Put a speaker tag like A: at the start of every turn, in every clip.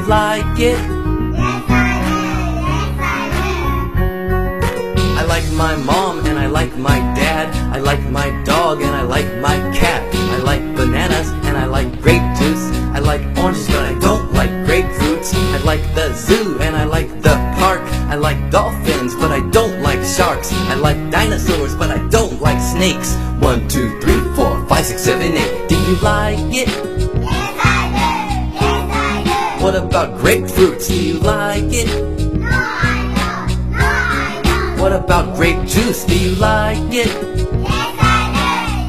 A: get?
B: Yes, I do. Yes, I
A: I like my mom and I like my dad. I like my dog and I like my cat. I like bananas and I like grape juice. I like oranges but I don't like grapefruits. I like the zoo and I like the park. I like dolphins but I don't like sharks. I like dinosaurs but I don't like snakes. One, two, three, four, five, six, seven, eight. Do you like it?
B: do. Yes, I do. Yes, I do.
A: What about grapefruits? Do you like it?
B: No, I don't. No, I don't.
A: What about grape juice? Do you like it?
B: Yes, I do.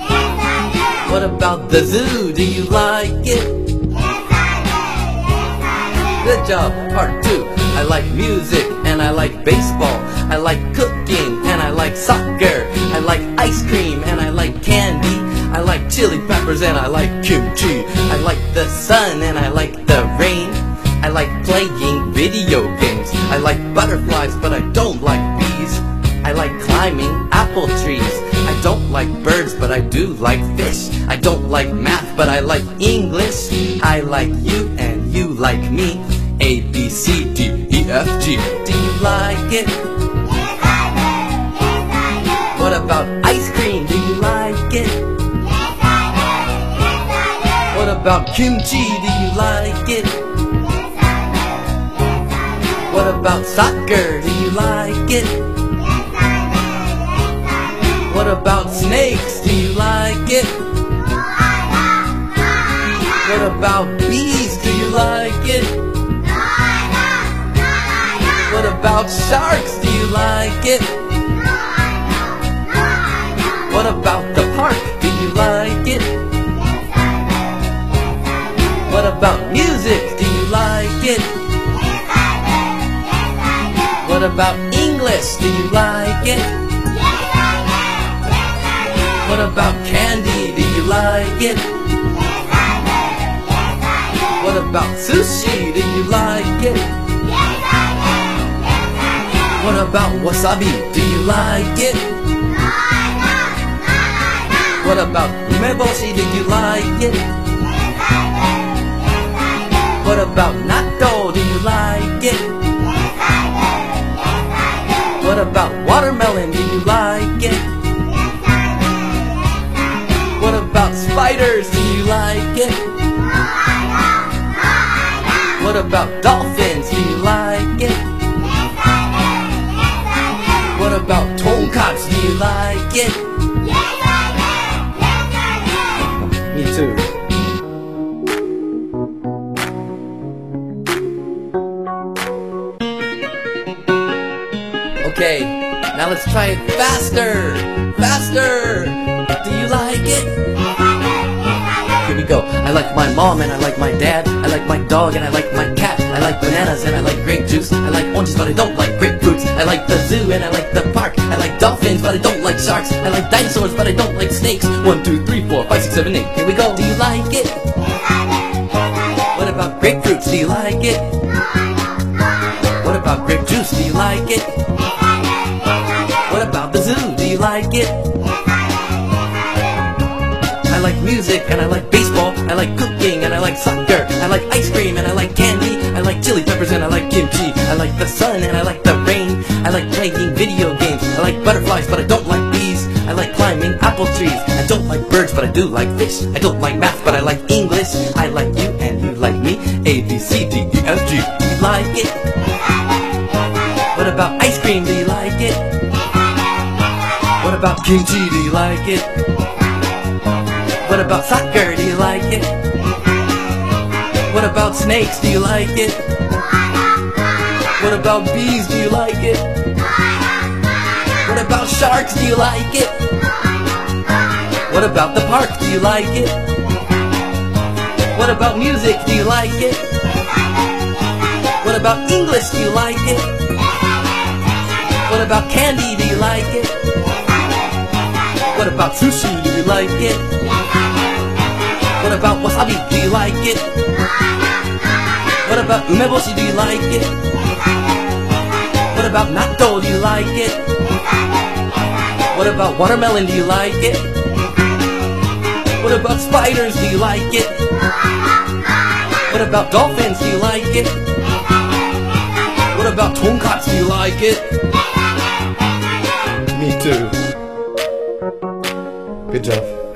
B: Yes, I do.
A: What about the zoo? Do you like it?
B: Yes, I do. Yes, I do.
A: Good job, part two. I like music and I like baseball. I like cooking and I like soccer. I like ice cream and I like candy. I like chili peppers and I like kimchi. I like the sun and I like the rain. I like playing video games. I like butterflies but I don't like bees. I like climbing apple trees. I don't like birds, but I do like fish. I don't like math, but I like English. I like you and you like me. A, B, C, D, E, F, G. Do you like it?
B: Yes, I do. Yes, I do.
A: What about ice cream? Do you like it?
B: Yes, I
A: What about kimchi? Do you like it?
B: do. Yes, I do. Yes, I do.
A: What about soccer? Do you like it?
B: Yes, I do. Yes, I do.
A: What about snakes? Do you like it? What about bees? Do you like it? What about sharks? Do you like it? What about the park? Do you like it? What about music? Do you like it? What about English? Do you like it? What about candy? Do you like it? What about sushi? Do you like it? What about wasabi? Do you like it? What about umeboshi? Do you like it? What about natto? Do you like it? What about watermelon? Do you like it? What about spiders? Do you like it? What about dolphins? Do you like it? What about tonkatsu? Do you like it? Me too. Okay, now let's try it faster! Faster! Do you like it? Here we go. I like my mom and I like my dad. I like my dog and I like my cat. I like bananas and I like grape juice. I like oranges but I don't like grapefruits. I like the zoo and I like the park. I like dolphins but I don't like sharks. I like dinosaurs but I don't like snakes. One, two, three, four, five, six, seven, eight. Here we go. Do you like it? What about grapefruits? Do you like it? What about grape juice? Do you like it? What about the zoo? Do you like it? I like music and I like baseball. I like cooking and I like soccer. I like ice cream and I like candy. I like chili peppers and I like kimchi. I like the sun and I like the rain. I like playing video games. I like butterflies, but I don't like bees. I like climbing apple trees. I don't like birds, but I do like fish. I don't like math, but I like English. I like you and you like me. A B C D E F G. Do you like it? What about ice cream? Do you like it? What about kimchi? Do you like it? What about soccer? Do you like it? What about snakes? Do you like it? What about bees? Do you like it? What about sharks? Do you like it? What about the park? Do you like it? What about music? Do you like it? What about English? Do you like it? What about candy? Do you like it? What about sushi? Do you like it? What about wasabi? Do you like it? What about umeboshi? Do you like it? What about natto? Do you like it? What about watermelon? Do you like it? What about spiders? Do you like it? What about dolphins? Do you like it? like it.
B: Yes, I do.
C: Me too. Good job.